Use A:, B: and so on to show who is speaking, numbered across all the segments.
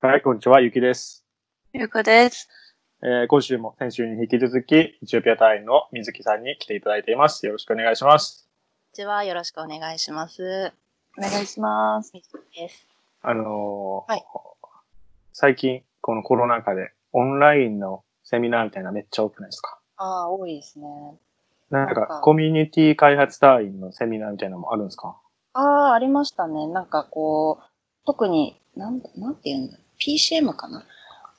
A: はい、こんにちは、ゆきです。
B: ゆうこです。
A: えー今週も先週に引き続き、エチオピア隊員の水木さんに来ていただいています。よろしくお願いします。
B: こんにちは。よろしくお願いします。
C: お願いします。
B: みずきです。
A: あのー
B: はい
A: 最近、このコロナ禍で、オンラインのセミナーみたいなめっちゃ多くないですか
B: ああ、多いですね。
A: なん
B: なん
A: か
B: か、
A: コミュニティ開発隊員のセミナーみたいなのもあるんですか
C: ああ、ありましたね。なんかこう、特に、なん、なんていうんだ PCM かな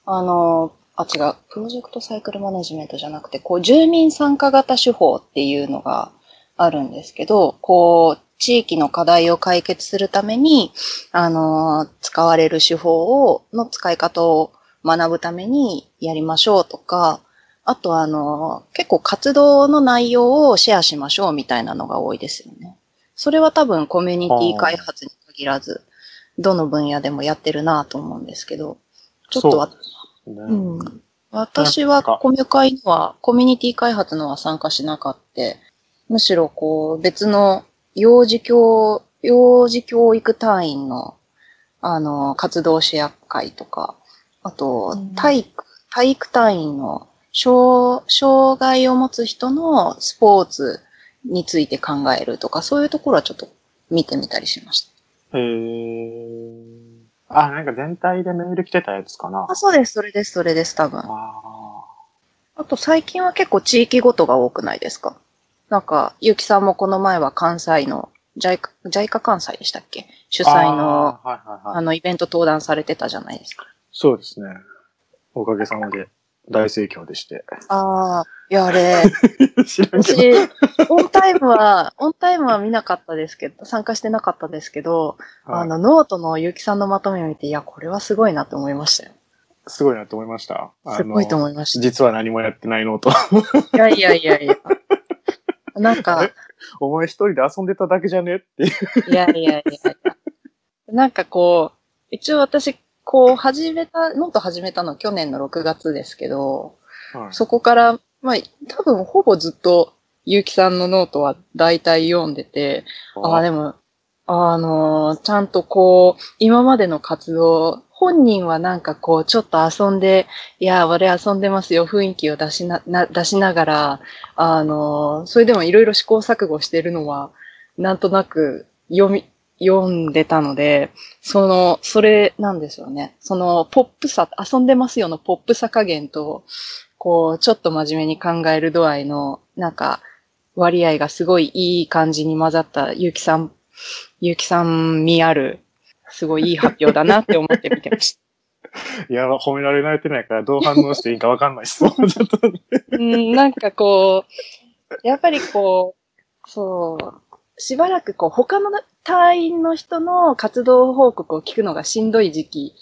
C: あの、あ、違う。プロジェクトサイクルマネジメントじゃなくて、こう、住民参加型手法っていうのがあるんですけど、こう、地域の課題を解決するために、あの、使われる手法を、の使い方を学ぶためにやりましょうとか、あとあの、結構活動の内容をシェアしましょうみたいなのが多いですよね。それは多分コミュニティ開発に限らず、どの分野でもやってるなと思うんですけど、ちょっとわ
A: そうですね
C: うん、私はコミュ会には、コミュニティ開発のは参加しなかった。むしろこう、別の幼児教、幼児教育隊員の、あの、活動シェア会とか、あと
B: うん、
C: 体育、体育隊員の、障、障害を持つ人のスポーツについて考えるとか、そういうところはちょっと見てみたりしました。
A: えー、あ、なんか全体でメール来てたやつかな
C: あ、そうです、それです、それです、多分。
A: あ
C: あと最近は結構地域ごとが多くないですかなんか、ゆきさんもこの前は関西の、ジャイカ、ジャイカ関西でしたっけ主
A: 主
C: 催の、あ
A: はいはいはい。
C: の、イベント登壇されてたじゃないですか。
A: そうですね。おかげさまで、大盛況でして。
C: ああ、いや、あれ、
A: 知らんけど。
C: 私、オンタイムは、オンタイムは見なかったですけど、参加してなかったですけど、
A: はい
C: あの、ノートのゆきさんのまとめを見て、いや、これはすごいなって思いましたよ。
A: すごいなと思いました。
C: すごいと
A: 思
C: 思いました。
A: 実は何もやってないのと。
C: いやいやいやいや。なんか、
A: お前一人で遊んでただけじゃねっていう。
C: いやいやいやいや。なんかこう、一応私、こう始めた、ノート始めたの去年の6月ですけど、そこから、まあ、多分ほぼずっと、ゆうきさんのノートは大体読んでて、ああ、でも、あのーちゃんとこう、今までの活動、本人はなんかこう、ちょっと遊んで、いや、俺遊んでますよ、雰囲気を出しな、な出しながら、あのーそれでもいろいろ試行錯誤してるのは、なんとなく読み、読んでたので、その、それなんでしょうね。その、ポップさ、遊んでますよのポップさ加減と、こう、ちょっと真面目に考える度合いの、なんか、割合がすごいいい感じに混ざった、ゆうきさん、ゆうきさん見ある、すごいいい発表だなって思って見てました。
A: いや、褒められ慣れてないからどう反応していいかわかんない 質問だった。
C: うん、なんかこう、やっぱりこう、そう、しばらくこう、他の隊員の人の活動報告を聞くのがしんどい時期、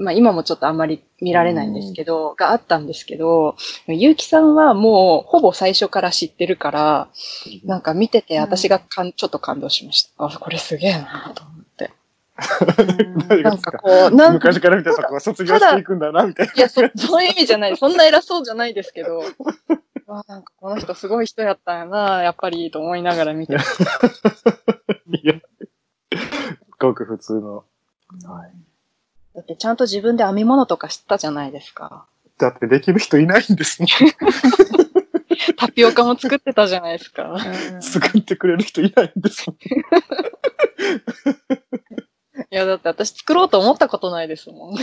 C: まあ今もちょっとあんまり見られないんですけど、があったんですけど、ゆうきさんはもうほぼ最初から知ってるから、なんか見てて私がかん、ちょっと感動しました。あ、これすげえなと思って。
A: 何が
C: な
A: で
C: ん
A: す
C: か
A: か
C: こう、なんか、
A: 昔から見てたとこは卒業していくんだな、みたいな。
C: いや、そ、 そういう意味じゃない。そんな偉そうじゃないですけ ど、うわなんかこの人すごい人やったんやな、やっぱりと思いながら見 てました。
A: いや、ごく普通の。はい
C: だってちゃんと自分で編み物とか知ったじゃないですか。
A: だってできる人いないんですね。
C: タピオカも作ってたじゃないですか。
A: 作ってくれる人いないんですね。
C: いや、だって私作ろうと思ったことないですもん。う
A: い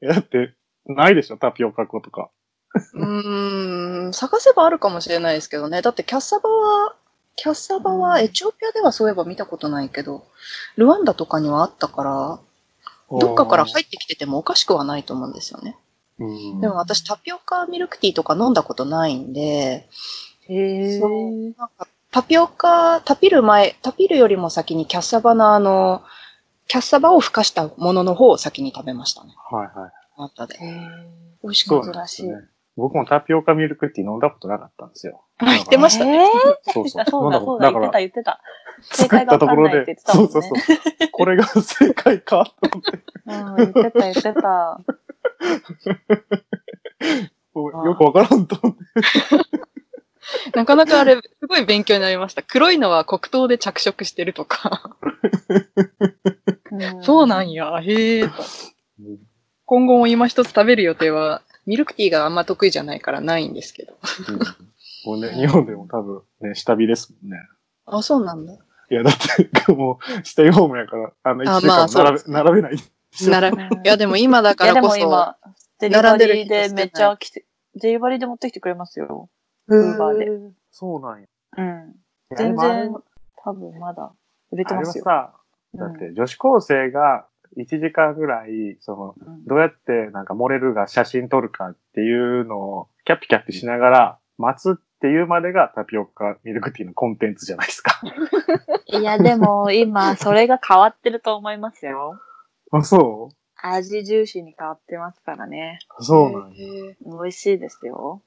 A: やだって、ないでしょ、タピオカ粉とか。
C: ーん、探せばあるかもしれないですけどね。だってキャッサバは、キャッサバはエチオピアではそういえば見たことないけど、ルワンダとかにはあったから、どっかから入ってきててもおかしくはないと思うんですよね。
A: うん
C: でも私タピオカミルクティーとか飲んだことないんで、
A: へー
C: そうなんかタピオカ、タピる前、タピるよりも先にキャッサバのあの、キャッサバをふかしたものの方を先に食べましたね。
A: はいはい。
C: あったで。
B: え
C: 美味しか
A: そ
C: っ
A: う
C: た。
A: なん
B: 珍
A: で
B: し
A: す
B: い
A: ね。僕もタピオカミルクティー飲んだことなかったんですよ。
C: あ言ってましたね。
A: そうそう。
B: そうだ、
A: 飲ん
B: そう
A: だ
B: だ、
A: ことだか
B: 言ってた、
A: ら、
B: 言ってた。
A: 作
B: 正
A: っ
B: 解
A: た
B: が
A: とこ
B: 分かん
A: ろ
B: ないって
A: で
B: 言っ、てたも
A: そ
B: ん
A: う
B: ね。
A: そうそう。これが正解かと思って
B: うん、言ってた、言って た。
A: もう、よくわからんと思って。
C: なかなかあれ、すごい勉強になりました。黒いのは黒糖で着色してるとか。そうなんや。へえと。
A: うん
C: 今後も今一つ食べる予定は、ミルクティーがあんま得意じゃないからないんですけど。
A: もうね、日本でも多分ね、下火ですもんね。
C: あ、そうなんだ。
A: いや、だって、もう、ステイホームやから、あの、
C: あ
A: 一週間
C: まあ
A: 並べ、並べない。
C: 並べ、いやでも今だ
B: い
C: か
B: や
C: らこ
B: でも
C: そ。
B: 今、デリ
C: 並
B: バ
C: んでる
B: リーでめっちゃ来て、デリバリーで持ってきてくれますよ。
C: うー
B: Uber で
A: そうなんや。
B: う
A: い
B: ん。
A: やで
B: 全
A: もあれ
B: 然、多分まだ売れて
A: あれ
B: ま
A: は
B: すよ。
A: さ、
B: うん
A: だって女子高生が1時間ぐらい、その、
B: うん
A: どうやってなんか漏れるが写真撮るかっていうのをキャピキャピしながら待つっていうまでがタピオカミルクティーのコンテンツじゃないですか。
B: いや、でも今、それが変わってると思いますよ。
A: あ、そ
B: 味重視に変わってますからね。
A: うそうなんや。
C: へ
B: 美味しいですよ。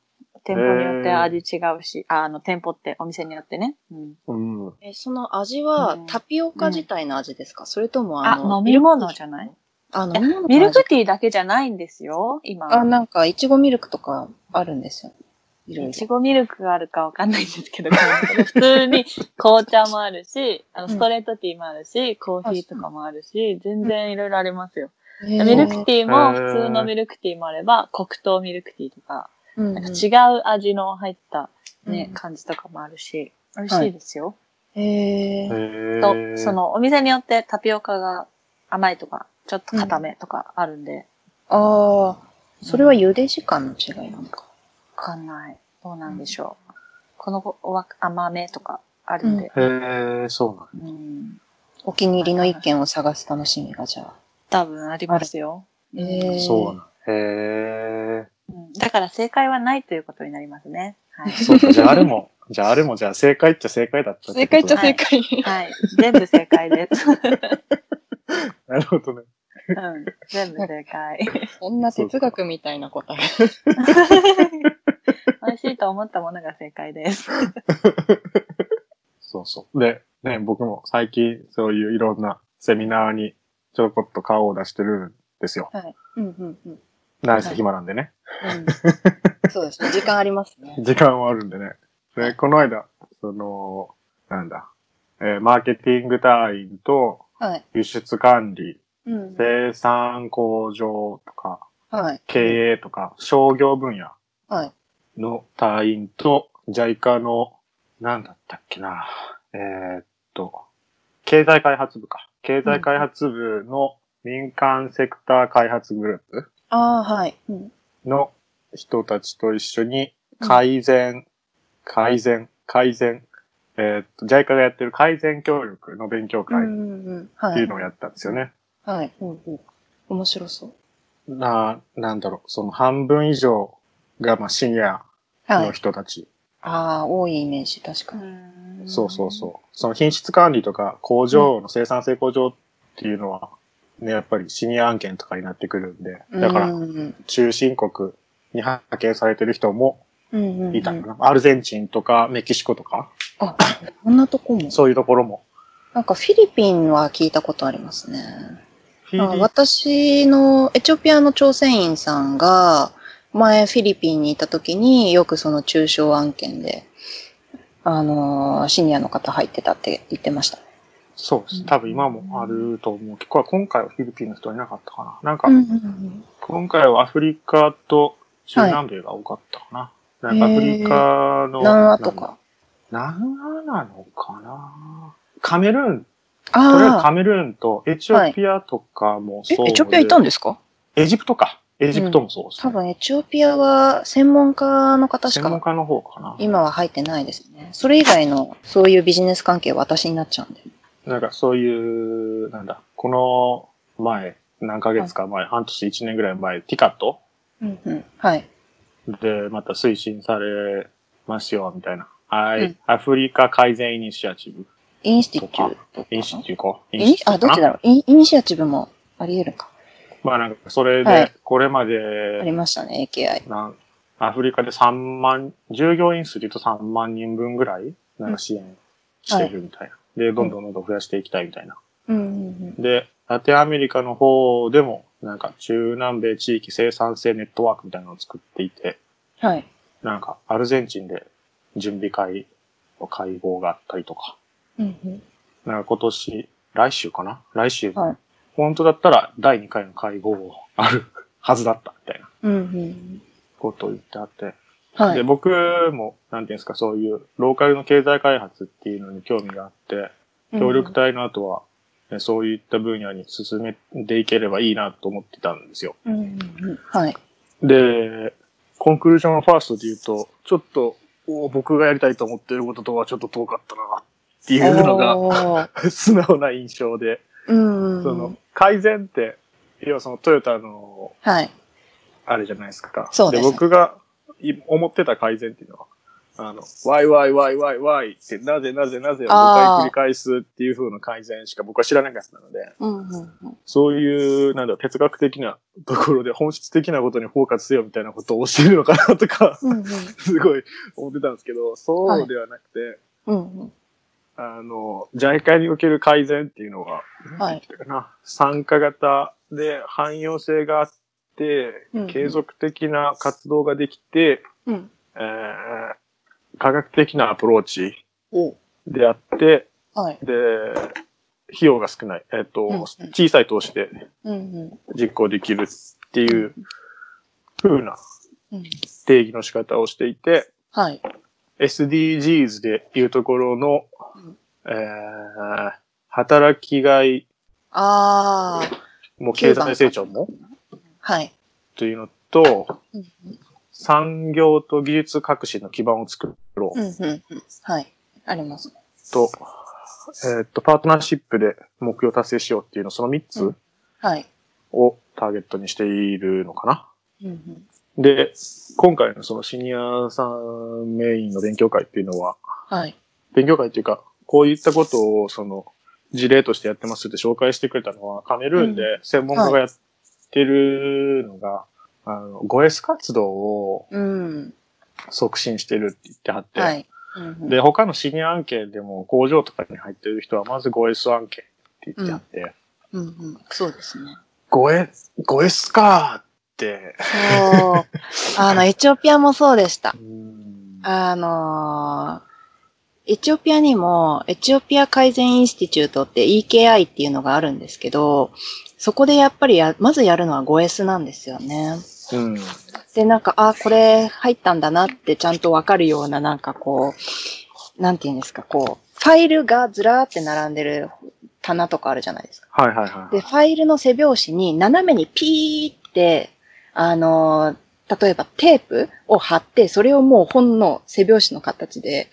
B: 店舗によって味違うし、ああの、店舗って、お店によってね。うん。
A: うん。
C: ーえその味は
B: うん
C: タピオカ自体の味ですか、それともあ
B: あ、
C: の、
B: 飲み物じゃない
C: あ、飲み物の味
B: ミルクティーだけじゃないんですよ、今。
C: あ、なんか、いちごミルクとかあるんですよ、ね。いろい
B: いち
C: ろ。
B: ごミルクがあるかわかんないんですけど、普通に紅茶もあるし、あの
C: うん
B: ストレートティーもあるし、コーヒーとかもあるし、全然いろいろありますよ。
C: へー
B: ミルクティー
A: へ
B: も
A: ー
B: 普通のミルクティーもあれば、黒糖ミルクティーと
C: うん
B: か、
C: う
B: なんんか違う味の入ったね、
C: うん
B: 感じとかもあるし、美味しいですよ。
C: へー
A: へ
B: と
A: ー、
B: そ、のお店によってタピオカが甘いとか、ちょっと固めとかあるんで、わ
C: ああ、それは茹で時間の違いなのか。
B: かんない。どうなんでしょう。この子は甘めとかあるんで。
A: へー、そうなんや。
B: うん
C: お気に入りの一軒を探す楽しみがじゃあ。
B: 多分ありますよ。
C: あるへー
A: そうなんや。へ
B: うんだから正解はないということになりますね。はい
A: ー。。そうか、じゃああれも、じゃああれも、じゃあ正解っちゃ正解だったってこと
B: ちゃ正
C: 解。
B: はい。全部正解です。
A: なるほどね。
B: うん、全部正解。
C: そんな哲学みたいな答え。
B: 美味しいと思ったものが正解です。
A: そうそう。で、ね、僕も最近そういういろんなセミナーにちょこっと顔を出してるんですよ。
C: はい。うんうんうん。
A: 何せ暇なんでね。
C: うんそうですね。時間ありますね。
A: 時間はあるんでね。で、この間、その、なんだ、えーマーケティング隊員と
C: はい。
A: 輸出管理、
C: うん。
A: 生産工場とか、
C: はい。
A: 経営とか、商業分野
C: はい。
A: の隊員と、JICA の、なんだったっけな、えーっと、経済開発部か。経済開発部の民間セクター開発グルー
C: ああ、はい。うん。
A: プの人たちと一緒に、改善、改善、改善、えーっと、JICA がやってる改善協力の勉強
C: うん
A: 会っ
C: うんうん。は
A: てい。
C: いう
A: のをやったんですよね。
C: はい。うんうん。面白そう。
A: な、なんだろう、その半分以上が、まあ、シニア
C: は
A: の
C: い。
A: 人たち
C: ああ、多いイメージ、確かに。
A: そうそうそう。その品質管理とか工場の生産性向上っていうのは、ね、やっぱりシニア案件とかになってくるんで、だか
C: う
A: ら
C: ん
A: 中心国に派遣されてる人も
C: うんうん。
A: いたかな。アルゼンチンとかメキシコとか、
C: あ、こんなとこも。
A: そういうところも。
C: なんかフィリピンは聞いたことありますね。
A: フ
C: あ
A: ィリ
C: 私のエチオピアの朝鮮員さんが前フィリピンにいた時によくその中小案件で、あのーシニアの方入ってたって言ってました。
A: そうです。多分今もあると思うけど、今回はフィリピンの人はいなかったかな。なんか、今回はアフリカと中南米が多かったかな。
C: い
A: なんかアフリカの、
C: 南アとか。
A: なんだ。南アなのかなカメルーンとりあえず
C: あ
A: カメルーンとエチオピアとかも
C: あ、え
A: そう、で
C: エチオピアいたん
A: で
C: ですか
A: エジプトか。エジプトもそうです、
C: 多分エチオピアは専門家の方し
A: 専門
C: か
A: 家の方かな。
C: 今は入ってないですね。それ以外のそういうビジネス関係は私になっちゃうんで。
A: なんかそういう、なんだ、この前、何ヶ月か前、半年1年ぐらい前、ティカット
C: うんうん、はい。
A: でまた推進されますよ、みたいな。はい、
C: うん
A: アフリカ改善イニシアチブ。
C: インシティチュートか
A: イニシアチブか。
C: イニあ、どっちだ
A: ろ
C: ろうインイニシアチブもあり得るか。
A: うまあなんか、それ
C: は
A: で
C: い、
A: これまで、
C: ありましたね、AKI。
A: なんアフリカで3万、従業員数で言うと3万人分ぐらい、なんか支援してるみたいな。で、どんどんどんどん増やしていきたいみたいな。
C: うんうん
A: で、ラテンアメリカの方でも、なんか中南米地域生産性ネットワークみたいなのを作っていて、
C: うん。はい。
A: なんかアルゼンチンで準備会の会合があったりとか、
C: うんうん。
A: なんか今年、来週かな来週、
C: はい
A: 本当だったら第2回の会合あるはずだった、みたいな
C: うんうん。
A: ことを言ってあって。
C: は
A: で、
C: い。
A: 僕も、なんていうんですか、そういう、ローカルの経済開発っていうのに興味があって、協力隊の後は、ねそういった分野に進めていければいいなと思ってたんですよ。
C: うんうんうん。はい。
A: で、コンクルージョンファーストで言うと、ちょっと、お僕がやりたいと思ってることとはちょっと遠かったな、っていうのが、
C: が、
A: 素直な印象で、
C: うんうん。
A: その、改善って、要はそのトヨタの、
C: はい。
A: あれじゃないですか。
C: そうですね
A: 僕がい思ってた改善っていうのは、あの、わいわいわいわいわいって、なぜなぜなぜを5
C: あー
A: 回繰り返すっていう風な改善しか僕は知らなかったので、
B: うんうんうん。
A: そういう、なんだろう、哲学的なところで本質的なことにフォーカスせよみたいなことを教えるのかなとか、
C: うんうん。
A: すごい思ってたんですけど、そうではなくて、
C: うんうん。
A: あの、JICA における改善っていうのが、
C: はい
A: なんて言ったかな参加型で汎用性があって
C: うんうん、
A: 継続的な活動ができて、
C: うん。
A: えー科学的なアプローチ
C: お
A: であって、
C: はい。
A: で、費用が少ない、えっ、と、
C: うんうん
A: 小さい投資で
C: うんうん。
A: 実行できるっていう風な
C: うん。
A: 定義の仕方をしていて、
C: はい。
A: SDGs でいうところの
C: うん、
A: えー働きがい
C: ああ、
A: も経済成長も
C: はい。
A: というのと、
C: うん
A: 産業と技術革新の基盤を作ろ
C: う
A: うん
C: うんうん。はい。あります。
A: と、えーっと、パートナーシップで目標達成しようっていうの、その3
C: う
A: つ
C: んはい。
A: をターゲットにしているのかな。
C: うんうん。
A: で、今回のそのシニアさんメインの勉強会っていうのは、
C: はい。
A: 勉強会っていうか、こういったことを、その、事例としてやってますって紹介してくれたのは、カメルーンで専門家がやってるのが、あの、5S 活動を
C: うん。
A: 促進してるって言ってはって、
C: はい。うんうん
A: で、他のシニア案件でも工場とかに入ってる人は、まず 5S 案件って言ってあって、
C: うんうん。そうです ね。
A: 5S、5S かーって、
C: そう。あの、エチオピアもそうでした
A: う。ーん
C: あのーエチオピアにも、エチオピア改善インスティチュートって EKI っていうのがあるんですけど、そこでやっぱりや、まずやるのは 5S なんですよね。
A: うん。
C: で、なんか、あ、これ入ったんだなってちゃんとわかるような、なんかこう、なんていうんですか、こう、ファイルがずらーって並んでる棚とかあるじゃないですか。
A: はいはいはい。
C: で、ファイルの背表紙に斜めにピーって、あのー例えばテープを貼って、それをもう本の背表紙の形で、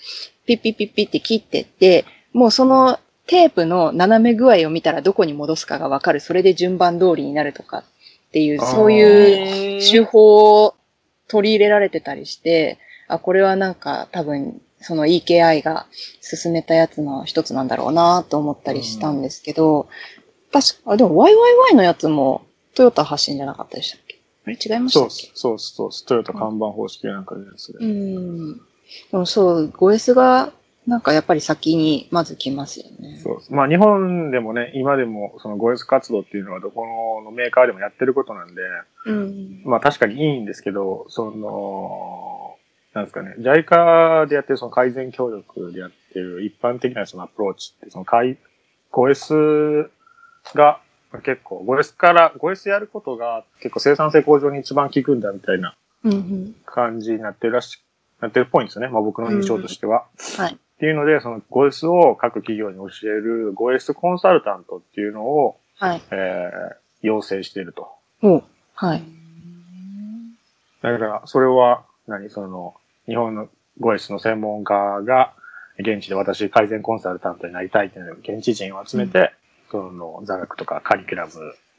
C: ピッピッピッピッって切ってって、もうそのテープの斜め具合を見たらどこに戻すかがわかる。それで順番通りになるとかっていう、
A: あー
C: そういう手法を取り入れられてたりして、あ、これはなんか多分、その EKI が進めたやつの一つなんだろうなと思ったりしたんですけど、確か、あ、でも YYY のやつもトヨタ発信じゃなかったでしたっけあれ違いました
A: そうっ
C: っけ
A: す、そうっす、そうっす。トヨタ看板方式なんかでです
C: う
A: ね。
C: ん。でもそう、5S がなんかやっぱり先にまず来ますよね。
A: そうっすまあ日本でもね、今でもその 5S 活動っていうのはどこのメーカーでもやってることなんで、
C: うん。
A: まあ確かにいいんですけど、その、なんですかね、JICA でやってるその改善協力でやってる一般的なそのアプローチって、その改 5S が結構、5S から、5S やることが結構生産性向上に一番効くんだみたいな
C: うんうん。
A: 感じになってるらし、なってるっぽいんですよね。まあ僕の印象としては。
C: はい。
A: っていうので、その 5S を各企業に教える 5S コンサルタントっていうのを、
C: はい。
A: えー要請していると。
C: おうはい。
A: だから、それは何、その、日本の 5S の専門家が、現地で私改善コンサルタントになりたいっていうので、現地人を集めて、その座学とかカリキュラム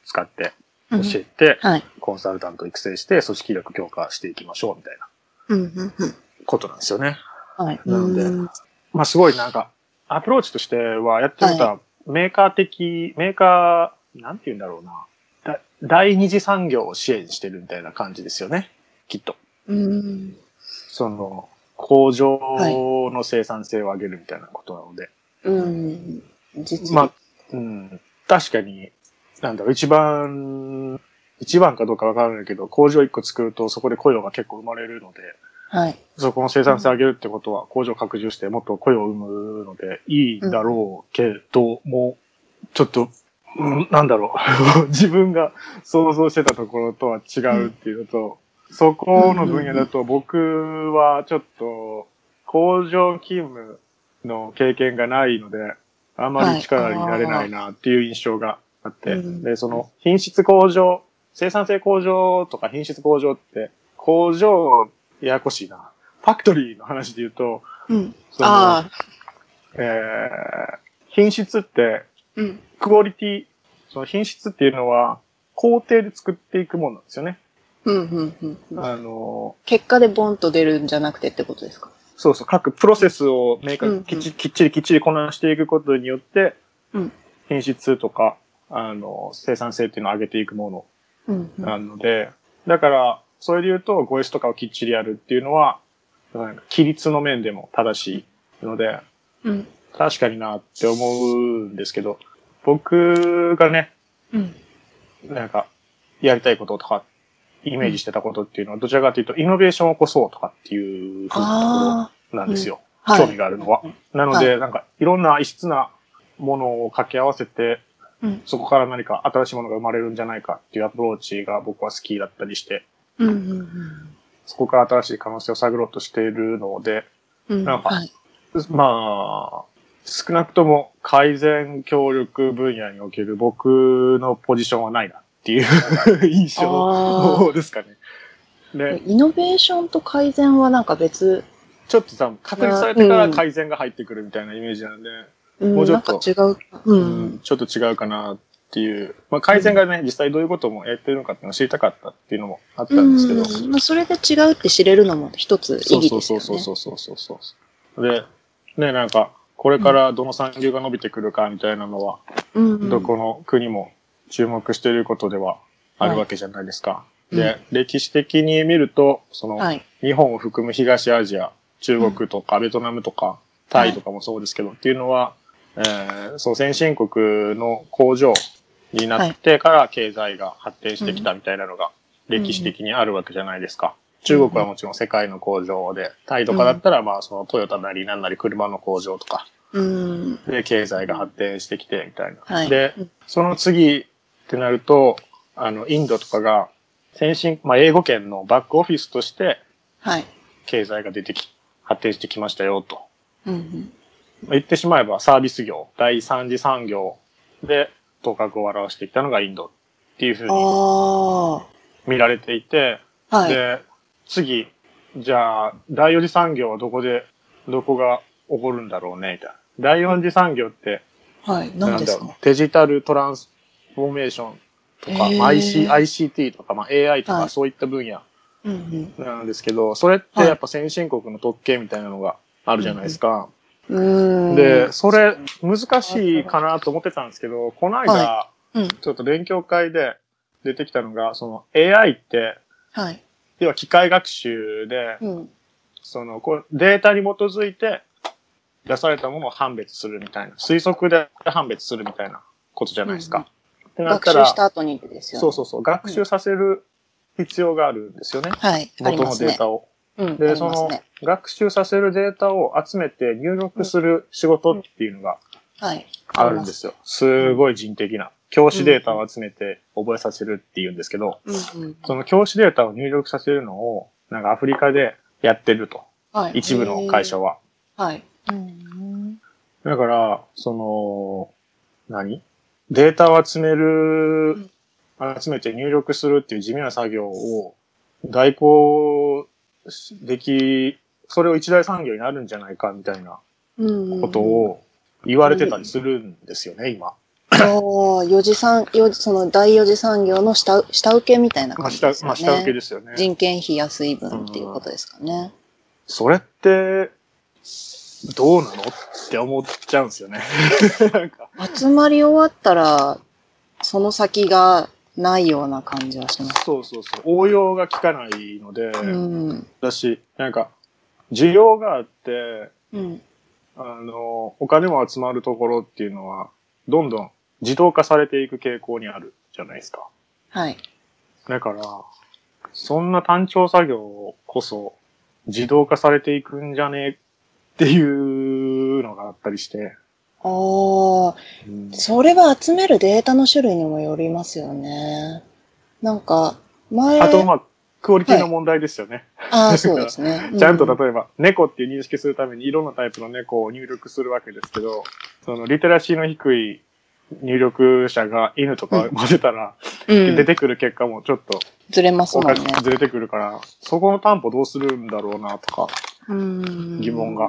A: 使って教
C: うん
A: えて、
C: はい。
A: コンサルタントを育成して、組織力強化していきましょうみたいな
C: うんうんうん。
A: ことなんですよね。
C: はい。
A: なんで
C: うん
A: まあすごいなんか、アプローチとしては、やってみたら、メーカー的、メーカー、なんて言うんだろうな。だ第二次産業を支援してるみたいな感じですよね。きっと。
C: うん。
A: その、工場の生産性を上げるみたいなことなので。
C: うん。実
A: まあ、うん。確かに、なんだろう、一番、一番かどうかわからないけど、工場一個作るとそこで雇用が結構生まれるので、
C: はい。
A: そこの生産性を上げるってことは、工場拡充してもっと雇用を生むのでいいだろうけども、ちょっとうんなんだろう。 自分が想像してたところとは違うっていうのと、そこの分野だと僕はちょっと工場勤務の経験がないので、あんまり力になれないなっていう印象があって、
C: はいあー
A: で、その品質向上、生産性向上とか品質向上って、工場、ややこしいな。ファクトリーの話で言うと、
C: うん。
A: その
C: ああ、
A: えー品質って
C: うん。
A: クオリティ、その品質っていうのは、工程で作っていくものなんですよね。
C: うん、うん、うんうん。
A: あの、
C: 結果でボンと出るんじゃなくてってことですか
A: そうそう、各プロセスを明
C: うん
A: 確
C: うん
A: きっちりきっちりきっちりこなしていくことによって
C: うん、
A: 品質とか、あの、生産性っていうのを上げていくも
C: うん、う
A: の
C: ん。
A: なので、だから、それで言うと、ゴイスとかをきっちりやるっていうのは、なんか規律の面でも正しいので、
C: うん。
A: 確かになって思うんですけど、僕がね、
C: うん。
A: なんか、やりたいこととか、イメージしてたことっていうのは、どちらかというと、イノベーションを起こそうとかっていうふうな
C: あ
A: ところなんですよ。
C: あ、
A: 興味があるのは。なので、なんか、いろんな異質なものを掛け合わせて、
C: うん
A: そこから何か新しいものが生まれるんじゃないかっていうアプローチが僕は好きだったりして、
C: うん、うん、
A: そこから新しい可能性を探ろうとしているので、
C: うん。うん、
A: なんか
C: はい。
A: まあ、少なくとも改善協力分野における僕のポジションはないなっていう 印
C: あ
A: 象ですかね。で、
C: イノベーションと改善はなんか別、
A: ちょっとさ、確立されてから改善が入ってくるみたいなイメージなんで、
C: うん、
A: もうちょ
C: な
A: っ
C: ん
A: と
C: か違う。う
A: うん
C: ん。
A: ちょっと違うかなっていう。まあ、改善がね、実際どういうこともやってるのかっていうのを知りたかったっていうのもあったんですけど。
C: うんまあ、それで違うって知れるのも一つ意義ですよね。
A: そうそうそうそうそうそう。で、ね、なんか、これからどの産業が伸びてくるかみたいなのは、
C: うんうん
A: どこの国も注目していることではあるわけじゃないですか。
C: い
A: で、歴史的に見ると、その、
C: はい。
A: 日本を含む東アジア、中国とかベトナムとか、タイとかもそうですけど、っていうのは、えーそう、先進国の工場になってから経済が発展してきたみたいなのが、
C: うん
A: 歴史的にあるわけじゃないですか。中国はもちろん世界の工場で、タイとかだったら、まあ、そのトヨタなりなんなり車の工場とか、
C: うん。
A: で、経済が発展してきて、みたいな。
C: はい。
A: で、その次ってなると、あの、インドとかが、先進、まあ、英語圏のバックオフィスとして
C: はい。
A: 経済が出てき、発展してきましたよ、と。
C: うんうん。
A: 言ってしまえばサービス業、第三次産業で頭角を表してきたのがインドっていうふう
C: あ
A: に
C: あ。は
A: 見られていて、
C: い。
A: で、次、じゃあ、第四次産業はどこで、どこが起こるんだろうね、みたいな。第四次産業って、
C: はい。
A: な
C: 何
A: ん
C: で
A: だ
C: す
A: ろう
C: か
A: デジタルトランスフォーメーションとか、
C: へー
A: IC ICT とか、まあ、AI と
C: は
A: か
C: い
A: そういった分野
C: うんうん。
A: なんですけど、それってやっぱ先進国の特権みたいなのがあるじゃないですか。
C: うん。
A: で、それ難しいかなと思ってたんですけど、この間
C: は、うん。
A: ちょっと勉強会で出てきたのが、その AI って、
C: はい。
A: 要は機械学習で、
C: うん。
A: そのこうデータに基づいて出されたものを判別するみたいな、推測で判別するみたいなことじゃないです
C: うん
A: か。ってなっ
C: 学
A: た
C: 習
A: ら
C: した後にですよね。
A: そうそうそう。学習させる必要があるんですよね。
C: はい。あり
A: 元
C: ま
A: の
C: す
A: デー
C: ね。
A: タを。
C: うん。あ
A: で、
C: り
A: そ
C: ます
A: の
C: ね。、
A: 学習させるデータを集めて入力する仕事っていうのが
C: はい。
A: あるんですよ。すごい人的な。教師データを集めて覚えさせるっていうんですけど、
C: うんうん。
A: その教師データを入力させるのを、なんかアフリカでやってると。
C: はい。
A: 一部の会社
C: は。
A: は。
C: はい。
B: うん
A: だから、その、何データを集める、集めて入力するっていう地味な作業を代行しでき、それを一大産業になるんじゃないかみたいな
C: うんうん。
A: ことを言われてたりするんですよね、今。
C: そう、四次産、四次、その第四次産業の下、下請けみたいな
A: まあ、
C: 感じ
A: 下
C: ですよ
A: まあ、
C: ね。
A: 下請けですよね。
C: 人件費安い分っていうことですかね。
A: それって、どうなのって思っちゃうんですよね。 なんか
C: 集まり終わったら、その先がないような感じはします。
A: そうそうそう。応用が効かないので、
C: うん。
A: だし、なんか、需要があって、
C: うん。
A: あの、お金も集まるところっていうのは、どんどん自動化されていく傾向にあるじゃないですか。
C: はい。
A: だから、そんな単調作業こそ自動化されていくんじゃねえっていうのがあったりして、
C: ああ、
A: うん
C: それは集めるデータの種類にもよりますよね。なんか、前、
A: あと、まあ、クオリティの問題ですよね。
C: ああ、そうですね。
A: ちゃんと
C: だ
A: 例えば、猫っていう認識するためにいろんなタイプの猫を入力するわけですけど、そのリテラシーの低い入力者が犬とか混ぜたら、
C: うん、
A: 出てくる結果もちょっと
C: ずれます
A: お
C: もん
A: か
C: ね
A: し。くずれてくるから、そこの担保どうするんだろうなとか疑
C: 疑
A: 問が。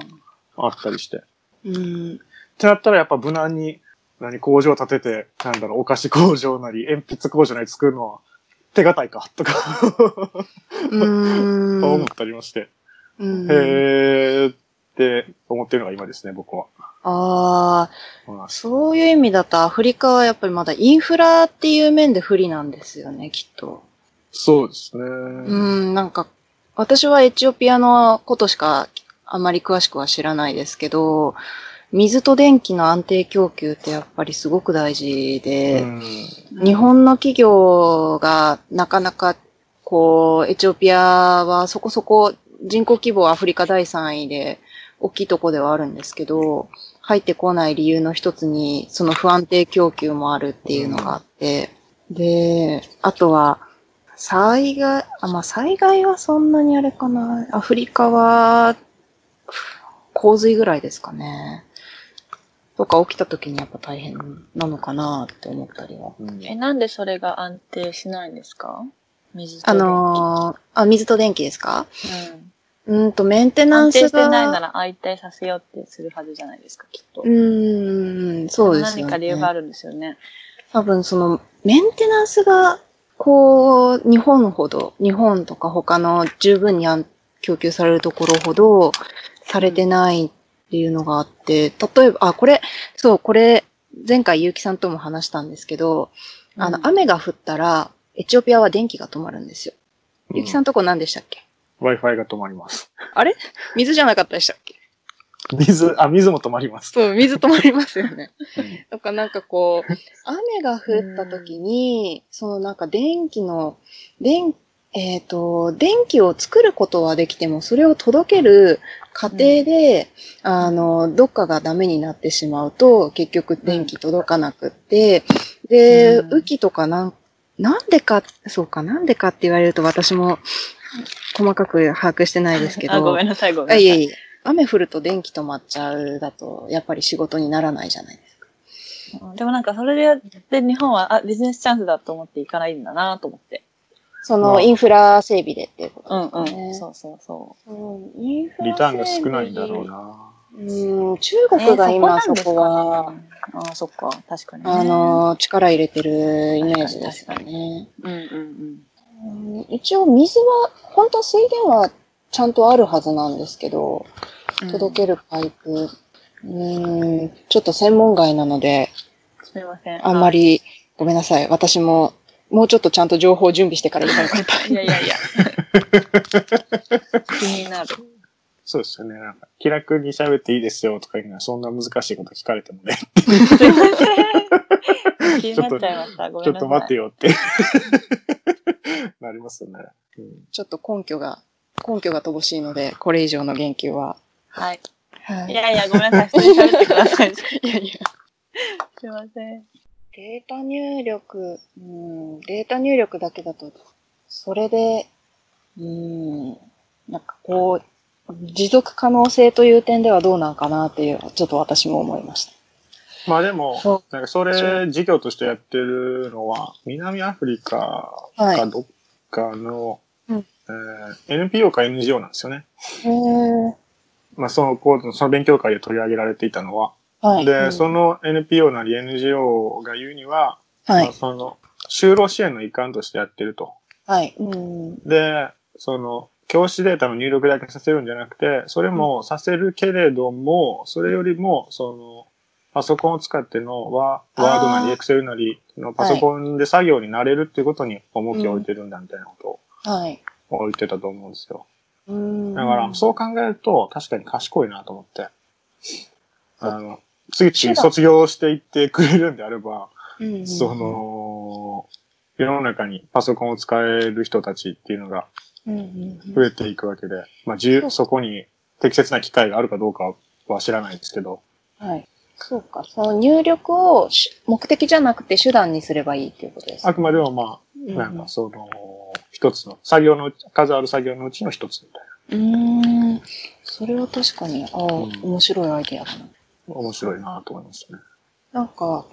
A: あったりして。っ
C: うん。
A: てなったらやっぱ無難に、何工場建てて、なんだろう、お菓子工場なり、鉛筆工場なり作るのは手堅いか、とか、
C: う ん。
A: 思ったりもして。
C: うん
A: へーって思ってるのが今ですね、僕は。
C: あ
A: うん
C: あ、そういう意味だとアフリカはやっぱりまだインフラっていう面で不利なんですよね、きっと。
A: そうですね。
C: う。ん、なんか、私はエチオピアのことしかあまり詳しくは知らないですけど、水と電気の安定供給ってやっぱりすごく大事で、日本の企業がなかなか、こう、エチオピアはそこそこ人口規模はアフリカ第3位で大きいとこではあるんですけど、入ってこない理由の一つに、その不安定供給もあるっていうのがあって、で、あとは、災害、あ、まあ、災害はそんなにあれかな。アフリカは、洪水ぐらいですかね。とか起きた時にやっぱ大変なのかなって思ったりは
A: うん
B: え、なんでそれが安定しないんですか水と
C: あ
B: 電気。
C: のーあ、水と電気ですか
B: うん。
C: うーんと、メンテナンスが。
B: 安定してないなら安定させようってするはずじゃないですか、きっと。
C: うーん、そうですよね。
B: 何か理由があるんですよね。
C: 多分その、メンテナンスが、こう、日本ほど、日本とか他の十分に安供給されるところほど、されてないっていうのがあって、例えば、あ、これ、そう、これ、前回結城さんとも話したんですけど、あの、
B: うん
C: 雨が降ったら、エチオピアは電気が止まるんですよ。
A: う
C: 結城さんとこ何でしたっけ
A: Wi-Fi が止まります。
C: 水じゃなかったでしたっけ
A: 水、あ、水も止まります。
C: そう、水止まりますよね。
A: うん
C: とかなんかこう、雨が降った時に、そのなんか電気の、電、えっ、と、電気を作ることはできても、それを届ける過程で、あの、どっかがダメになってしまうと、結局電気届かなくって、で、
B: うん
C: 雨季とかなん、なんでか、そうか、なんでかって言われると私も細かく把握してないですけど。
B: あ、ごめんなさい、ごめんな
C: あ
B: さ
C: い
B: い。
C: えいえ。雨降ると電気止まっちゃうだと、やっぱり仕事にならないじゃないですか。
B: うんでもなんかそれでやって日本はあビジネスチャンスだと思っていかないんだなと思って。
C: そ
A: まあ
C: の、インフラ整備でっていうこ
B: う
C: と
B: んうん。
C: ね
B: そうそうそ
C: うんインフラ
A: リターンが
C: 整
A: 少
C: 備
A: ないんだろう。な。
C: うん、中
B: う。
C: 国が今
B: えー
C: そこは、、
B: そこなんですかねあーそっか、確かに、ね。
C: あ、の、力入れてるイメージですよ
B: 確か
C: ね。
B: うんうんうん。
C: うん一応水は、本当は水源はちゃんとあるはずなんですけど、届けるパイプ、うん、ちょっと専門外なので、
B: け、すみません。
C: あんまり、ごめんなさい。私も、もうちょっとちゃんと情報を準備してから言えばよかっ
B: あ。いやいやいや。気になる。
A: そうですよね。なんか、気楽に喋っていいですよとか言うのは、そんな難しいこと聞かれてもね、
B: すいません。気になっちゃいました。ご
A: ち
B: め
A: ょ
B: ん
A: っ
B: なさい。
A: と待ってよって。 なりますよね。うん
C: た。ちょっと根拠が、根拠が乏しいので、これ以上の言及は。
B: はい。
C: はいいや
B: やいや、ごめんなさい。一緒に喋ってください。す
C: いやいや。
B: いません。
C: データ入力、うん、データ入力だけだと、それで、うん、なんかこう、持続可能性という点ではどうなんかなっていう、ちょっと私も思いました。
A: まあでも
C: そ、
A: なんかそれ、事業としてやってるのは、南アフリカ
C: はい。
A: かどっかの、
C: うん
A: えー NPO か NGO なんですよね。
C: へー
A: まあ、その、こう、その勉強会で取り上げられていたのは。
C: はい。
A: で、
C: うん
A: その NPO なり NGO が言うには、ま
C: は
A: あ
C: い。
A: その、就労支援の一環としてやってると。
C: はい。うん。
A: で、その、教師データの入力だけさせるんじゃなくて、それもさせるけれども、それよりも、その、パソコンを使ってのワ
C: あー
A: ワードなり、エクセルなりのパソコンで作業に慣れるっていうことに重きを置いてるんだみたいなこと
C: はい。
A: を置いてたと思うんですよ。
C: うん。
A: だから、そう考えると、確かに賢いなと思って。あの、次々卒業していってくれるんであれば、
C: うん、うん
A: そ、の、世の中にパソコンを使える人たちっていうのが
C: うんうんうん
A: 増えていくわけで、まあ、自由そこに適切な機会があるかどうかは知らないですけど、
C: はい。そうか、その入力をし目的じゃなくて手段にすればいいっていうことです
A: あ
C: ね。
A: くまでもま
C: う
A: あ、なんかその、一つの、作業のうち、数ある作業のうちの一つみたい
C: ん。うーんそれは確かに、ああ、
A: うん
C: 面白いアイディアだな。
A: な。面白いなと思いますね。
C: なんか、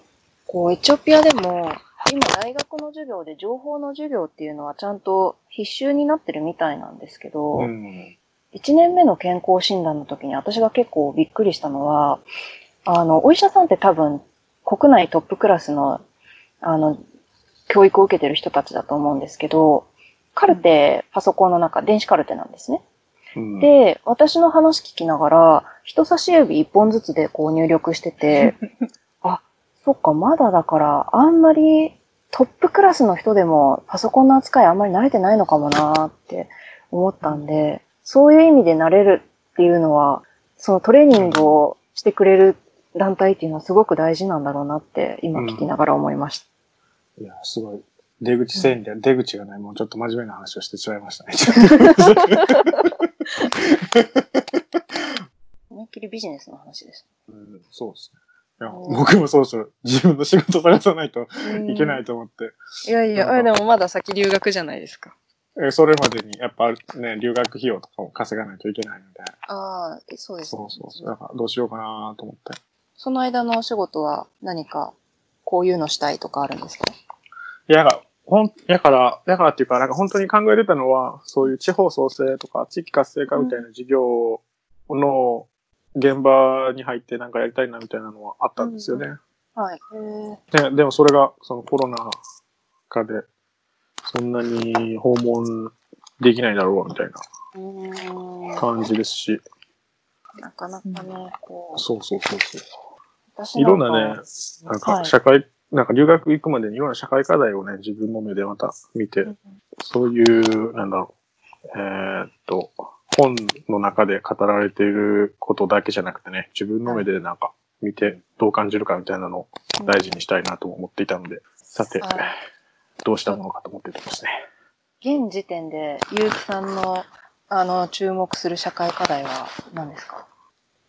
C: こう、エチオピアでも、今大学の授業で情報の授業っていうのはちゃんと必修になってるみたいなんですけど、
A: うん。
C: 1年目の健康診断の時に私が結構びっくりしたのは、あの、お医者さんって多分国内トップクラスの、あの、教育を受けてる人たちだと思うんですけど、カルテ、パソコンの中、電子カルテなんですね。
A: うん、
C: で、私の話聞きながら、人差し指一本ずつでこう入力して て、あ、そっか、まだだから、あんまりトップクラスの人でもパソコンの扱いあんまり慣れてないのかもなーって思ったんで、そういう意味で慣れるっていうのは、そのトレーニングをしてくれる団体っていうのはすごく大事なんだろうなって、今聞きながら思いました。
A: いや、すごい。出口戦略、出口がない、もうちょっと真面目な話をしてしまいましたね。
C: 思いっきりビジネスの話です。
A: うん、そうですね。いや、
C: うん
A: 僕もそうそう。自分の仕事探さないといけないと思って。
C: いやい
A: やあで
C: もまだ先留学じゃないですか。
A: えそれまでに、やっぱね、留学費用とかも稼がないといけないので。
C: ああ、そうです
A: そうそうそう。だからどうしようかなと思って。
C: その間のお仕事は何かこういうのしたいとかあるんですか
A: いや、だからほん、やから、やからっていうか、なんか本当に考えてたのは、そういう地方創生とか地域活性化みたいな事業の現場に入ってなんかやりたいなみたいなのはあったんですよね。
C: はい。
A: ね、でもそれが、そのコロナ禍で、そんなに訪問できないだろうみたいな
C: うーん
A: 感じですし、
C: なかなかね、こう、
A: そうそうそうそう。
C: 私
A: いろんなね
C: か、
A: なん
C: は
A: か
C: い
A: 社会、なんか留学行くまでにいろんな社会課題をね、自分の目でまた見て
C: うん、
A: そういう、なんだろう、えーっと、本の中で語られていることだけじゃなくてね、自分の目でなんか見てどう感じるかみたいなのを大事にしたいなとも思っていたので、さて
C: はい、
A: どうしたものかと思ってたんですね。
C: 現時点で、ゆうきさんの、あの、注目する社会課題は何ですか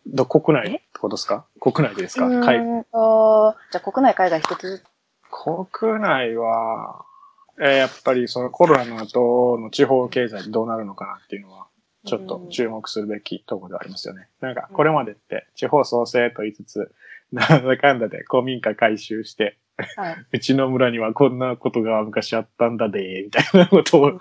A: ど国内ってことですか国内でですか
C: う
A: 海
C: ーんと、じゃあ国内、海外一つずつ。
A: 国内は、えーやっぱりそのコロナの後の地方経済どうなるのかなっていうのは、ちょっと注目するべきところではありますよね。なんか、これまでって地方創生と言いつつ、 なんだかんだで公民館改修して、
C: はい う
A: ちの村にはこんなことが昔あったんだで、みたいなことを、ど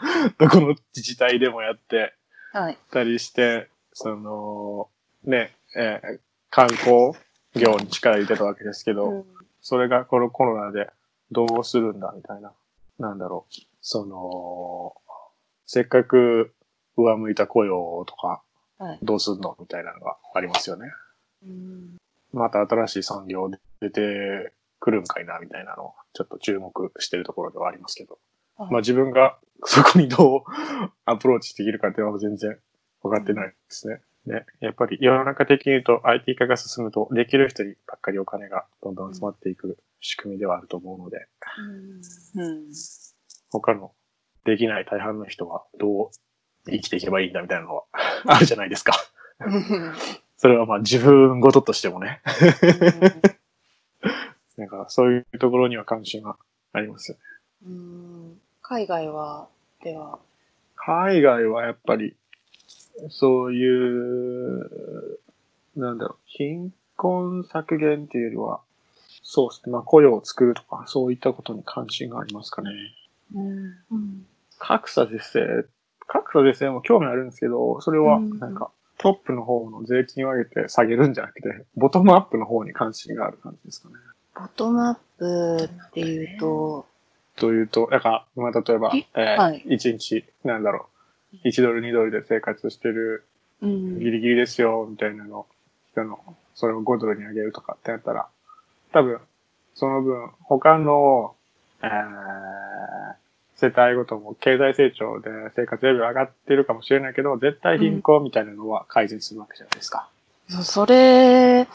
A: この自治体でもやって
C: はい。
A: たりして、その、ね、えー観光業に力入れてたわけですけど、
C: うん
A: それがこのコロナでどうするんだみたいな。なんだろう。その、せっかく上向いた雇用とか
C: はい、
A: どうすんのみたいなのがありますよね。
C: うん
A: また新しい産業出てくるんかいなみたいなのをちょっと注目してるところではありますけど。
C: はい
A: まあ自分が そこにどうアプローチできるかっていうのは全然分かってないですね。ね、やっぱり世の中的に言うと IT 化が進むとできる人にばっかりお金がどんどん集まっていく仕組みではあると思うので、
B: うん。
A: 他のできない大半の人はどう生きていけばいいんだみたいなのはあるじゃないですか。それはまあ自分ごととしてもね。なんかそういうところには関心がありますよね。
C: うん海外は、では、
A: 海外はやっぱりそういう、なんだろう、貧困削減っていうよりは、そうですね。まあ雇用を作るとか、そういったことに関心がありますかね。
C: うん
A: 格差是正、格差是正も興味あるんですけど、それは
C: うん
A: なんか、トップの方の税金を上げて下げるんじゃなくて、ボトムアップの方に関心がある感じですかね。
C: ボトムアップっていうと、
A: というと、だから、まあ、例えば、え
C: は
A: ー
C: い
A: 一1日、なんだろう、1ドル、2ドルで生活してる、ギリギリですよ、みたいなの、人の、それを5ドルに上げるとかってやったら、多分、その分、他の、えー、世帯ごとも経済成長で生活レベル上がってるかもしれないけど、絶対貧困みたいなのは改善するわけじゃないですか。
C: そそれ、なん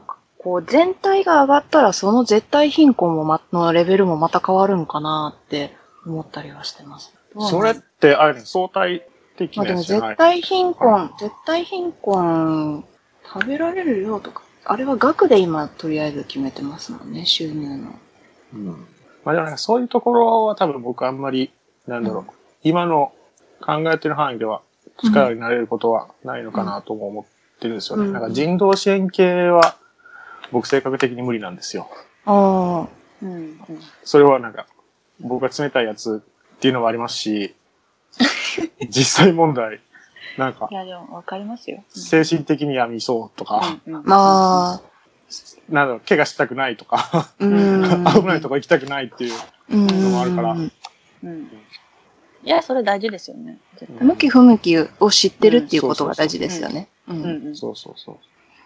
C: かこう、全体が上がったら、その絶対貧困も、ま、のレベルもまた変わるのかなって思ったりはしてます。
A: それって、あれね、相対的
C: まあ
A: な
C: で
A: や
C: も
A: つじゃ
C: 絶
A: ない。
C: 対貧困、
A: は
C: 絶対貧困、食べられる量とか、あれは額で今、とりあえず決めてますもんね、収入の。
A: うん。まあでもなんかそういうところは多分僕あんまり、なんだろう、今の考えてる範囲では力になれることはないのかなとも思ってるんですよね。
C: うん
A: なんか人道支援系は僕性格的に無理なんですよ。
C: ああ。
B: うん。うん。
A: それはなんか僕が冷たいやつっていうのもありますし、実際問題、なんか
B: いや、でもわかりますよ。
A: 精神的に病みそうとか、
B: うん。うん
C: まあ、
A: なんだろう、怪我したくないとか、
C: う
A: 危ないとこ行きたくないっていう。
C: うん
A: のもあるから
B: うん。いや、それ大事ですよね。絶
C: 向き不向きを知ってるっていうことが大事ですよね。う
B: 対。うん。うん。
A: そうそうそ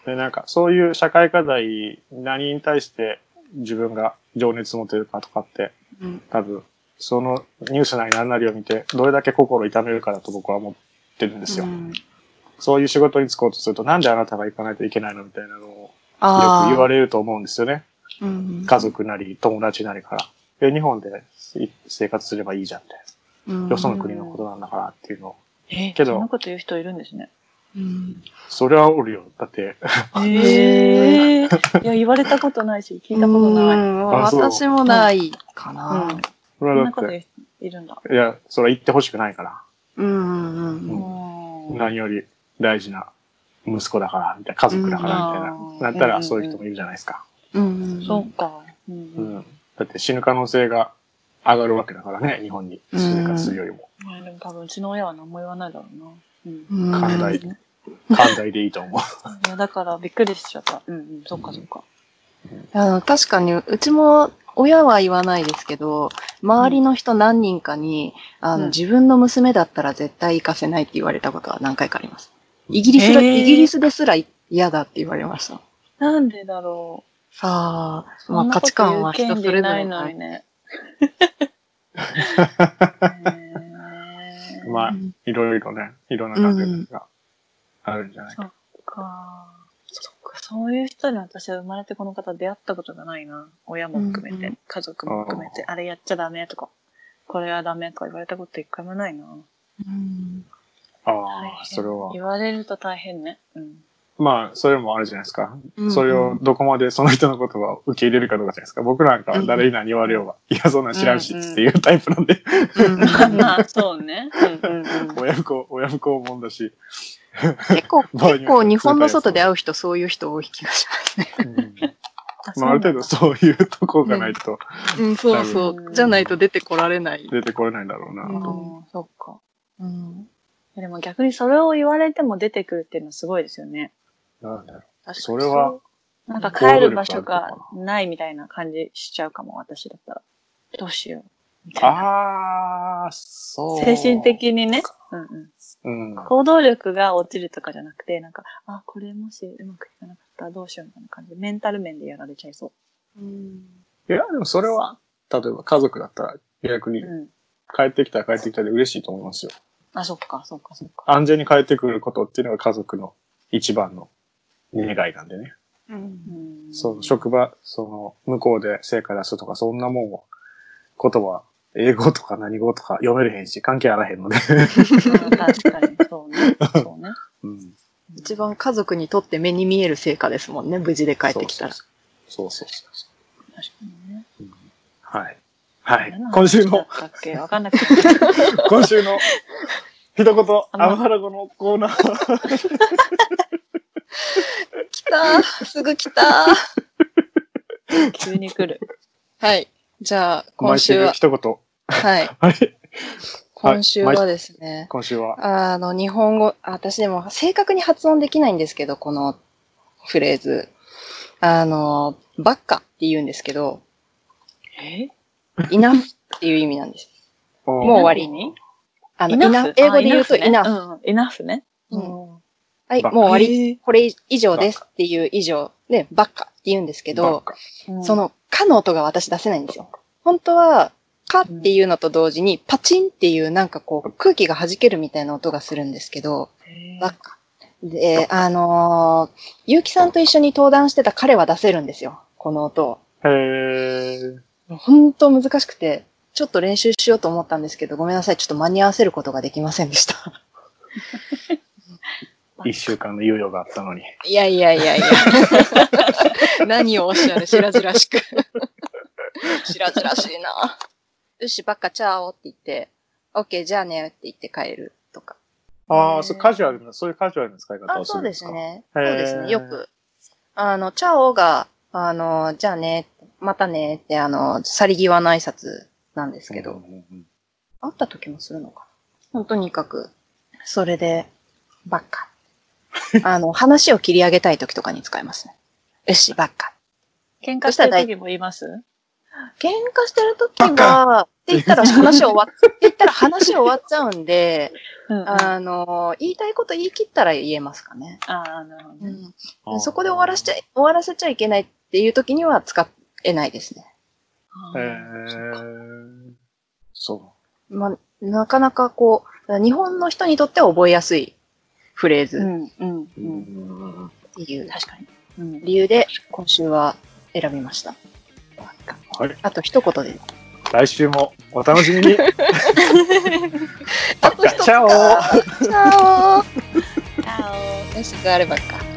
A: う。で、なんか、そういう社会課題、何に対して自分が情熱持てるかとかって、
C: うん
A: 多分、そのニュースなり何なりを見て、どれだけ心痛めるかだと僕は思ってるんですよ。
C: うん
A: そういう仕事に就こうとすると、なんであなたが行かないといけないのみたいなのを、よ
C: あ
A: く
C: あ。
A: 言われると思うんですよね。
C: うん
A: 家族なり、友達なりから。え、日本でい生活すればいいじゃんって。
C: うん
A: よその国のことなんだからっていうのを。
B: え
A: けど
B: そんなこと言う人いるんですね。
C: うん
A: それはおるよ。だって、
B: ええ。いや、言われたことないし、聞いたことない。
C: うん
A: あそう
C: 私もないかな。
B: うん。
A: そ
B: そ
A: れは
B: ん
A: だ
B: なこと
A: っ
B: 言
A: て、
B: う人いるんだ。
A: いや、それは言ってほしくないから。
C: うんうん
B: う
C: うんん。
B: ん
A: 何より大事な息子だから、みたいな、家族だから、みたいな、
B: うん
A: なったらそういう人もいるじゃないですか。
C: うんん
B: そうか。うん
A: う
B: うん
A: ん。だって死ぬ可能性が上がるわけだからね、日本に生活するよりも。
B: まあでも多分うちの親は何も言わないだろうな。うん。
C: うん
A: 寛大、寛大でいいと思う。
B: いや、だからびっくりしちゃった。うんうん、そっかそっか。
C: あの確かに、うちも親は言わないですけど、周りの人何人かに、あ
B: うん
C: の、自分の娘だったら絶対行かせないって言われたことは何回かあります。イギリスだ、
B: えー
C: イギリスですら嫌だって言われました。
B: なんでだろ
C: さあ、
B: う。
C: まあ価値観は
B: そん
C: 人
B: なこ
C: そ
B: と言
C: れ
B: う権利
C: ぞ
B: な
C: れ
B: いのに
C: だ。
B: ね。 ねえ
A: まあ、いろいろね、いろんな感覚があるんじゃないか。
B: そっか。そっか、そういう人に私は生まれてこの方出会ったことがないな。親も含めて、
C: うんうん
B: 家族も含めて、あれやっちゃダメとか、これはダメとか言われたこと一回もないな。
C: うん
A: あ
B: 大
A: あ、
B: 変
A: それは。
B: 言われると大変ね。 うん。
A: まあ、それもあるじゃないですか。
C: うん
A: それをどこまでその人のことを受け入れるかどうかじゃないですか。僕なんかは誰に何言われようが、いや、そんなん知らんしっていうタイプなんで、
C: うん
B: まあまあ、そうね。うんうんうん。
A: 親不孝、親不孝もんだし、
C: 結構、
A: 場合によって
C: 結構日本の外で会う人、そういう人多い気がしますね。
A: まあ、ある程度そういうとこがないと
C: うん、そうそ
B: 多分
C: う。じゃないと出てこられない。
A: 出てこれないんだろうな。
B: あ
C: うん
B: ーそっか。
C: うん。
B: でも逆にそれを言われても出てくるっていうのはすごいですよね。
A: なんだろう
B: 確かに
A: それは。
B: なんか帰る場所がないみたいな感じしちゃうかも、私だったら。どうしよう。みたいな
A: ああ、そう。
B: 精神。的にね。うんうん。
A: うん。
B: 行動力が落ちるとかじゃなくて、なんか、あ、これもしうまくいかなかったらどうしようみたいな感じで、メンタル面でやられちゃいそ
A: いや、でもそれは、例えば家族だったら逆
B: う。
A: に
B: うん。
A: 帰ってきたら帰ってきたで嬉しいと思いますよ。
B: あ、そっか、そっか、そっか。
A: 安全に帰ってくることっていうのが家族の一番の願いなんでね。
B: うん。
A: その職場、その向こうで成果出すとかそんなもんを、言葉、英語とか何語とか読めれへんし関係あらへんので、
B: うん確かに、そう ね。そうね。
A: うん。
C: 一番家族にとって目に見える成果ですもんね、無事で帰ってきたら。
A: そうそうそうそ
B: 確かにね。
A: う。うんはい。はい
B: 何。
A: 今週
B: 話だ
A: の
B: っ、たっけわかんなくて。
A: 今週の、一言、
B: あ
A: ア
B: の
A: ムハラ語のコーナー。
C: 来たすぐ来た
B: 急に 来る。
C: はい。じゃあ、今
A: 毎
C: 週
A: 週
C: は、
A: 一言。
C: はい。
A: はい。
C: 今週はですね、
A: 今週は。
C: あの、日本語、あ私でも正確に発音できないんですけど、このフレーズ。あの、ばっかって言うんですけど、
B: え
C: いなっていう意味なんです。
A: も
C: う終わり
B: に
C: あの、
B: イナ
C: enough 英語で言うと、いな、
B: イナフね。
C: うん
B: うん
C: はい、もう終わり。これ以上ですっていう以上で、ばっかって言うんですけど、、
B: うん
C: そ、の、かの音が私出せないんですよ。本当は、かっていうのと同時に、パチンっていうなんかこう、空気が弾けるみたいな音がするんですけど、
B: へー
C: ばっか。で、あのー、ゆうきさんと一緒に登壇してた彼は出せるんですよ。この音を。
A: へー。
C: 本当難しくて、ちょっと練習しようと思ったんですけど、ごめんなさい。ちょっと間に合わせることができませんでした。
A: 一週間の猶予があったのに。
C: いやいやいや いや。何をおっしゃる、白 々しく。白々しいな。よし、ばっか、チャオって言って、オッケー、じゃあねって言って帰るとか。
A: ああ、そう、カジュアルな、そういうカジュアルな使い方
C: あ、
A: をす
C: そ
A: る
C: うんで
A: です
C: す
A: か。
C: ね。
A: へ
C: そ
A: ー
C: うですね。よく、あの、チャオが、あの、じゃあね、またねって、あの、去り際の挨拶なんですけど、
A: うんうんうん
C: 会った時もするのかな。もうとにかく、それで、ばっか。 あの、話を切り上げたい時とかに使いますね。よし、ばっか。
B: 喧嘩してる時も言います
C: 喧嘩してる時は、って言ったら話終わっ、って 言ったら話終わっちゃうんで、
B: うんあ
C: あの、言いたいこと言い切ったら言えますかね。
B: あー、なるほど
C: う
B: ね。
C: ん、
A: あー
C: そこで終わらしちゃい、終わらせちゃいけないっていう時には使えないですね。
B: あ
A: へ
B: ー
A: ーそ
C: まあ、なかなかこう、日本の人にとっては覚えやすいフレー
B: う
C: ズ
B: ん、うん、
A: う。
B: うん。
A: うん
C: っていう
B: 確かに。うん。
C: 理由で、今週は選びました。
A: はい。
C: あと一言で。
A: 来週もお楽しみ に。
C: あと一
A: チャオ
C: チャオ
B: あお。
C: よし、あればっか。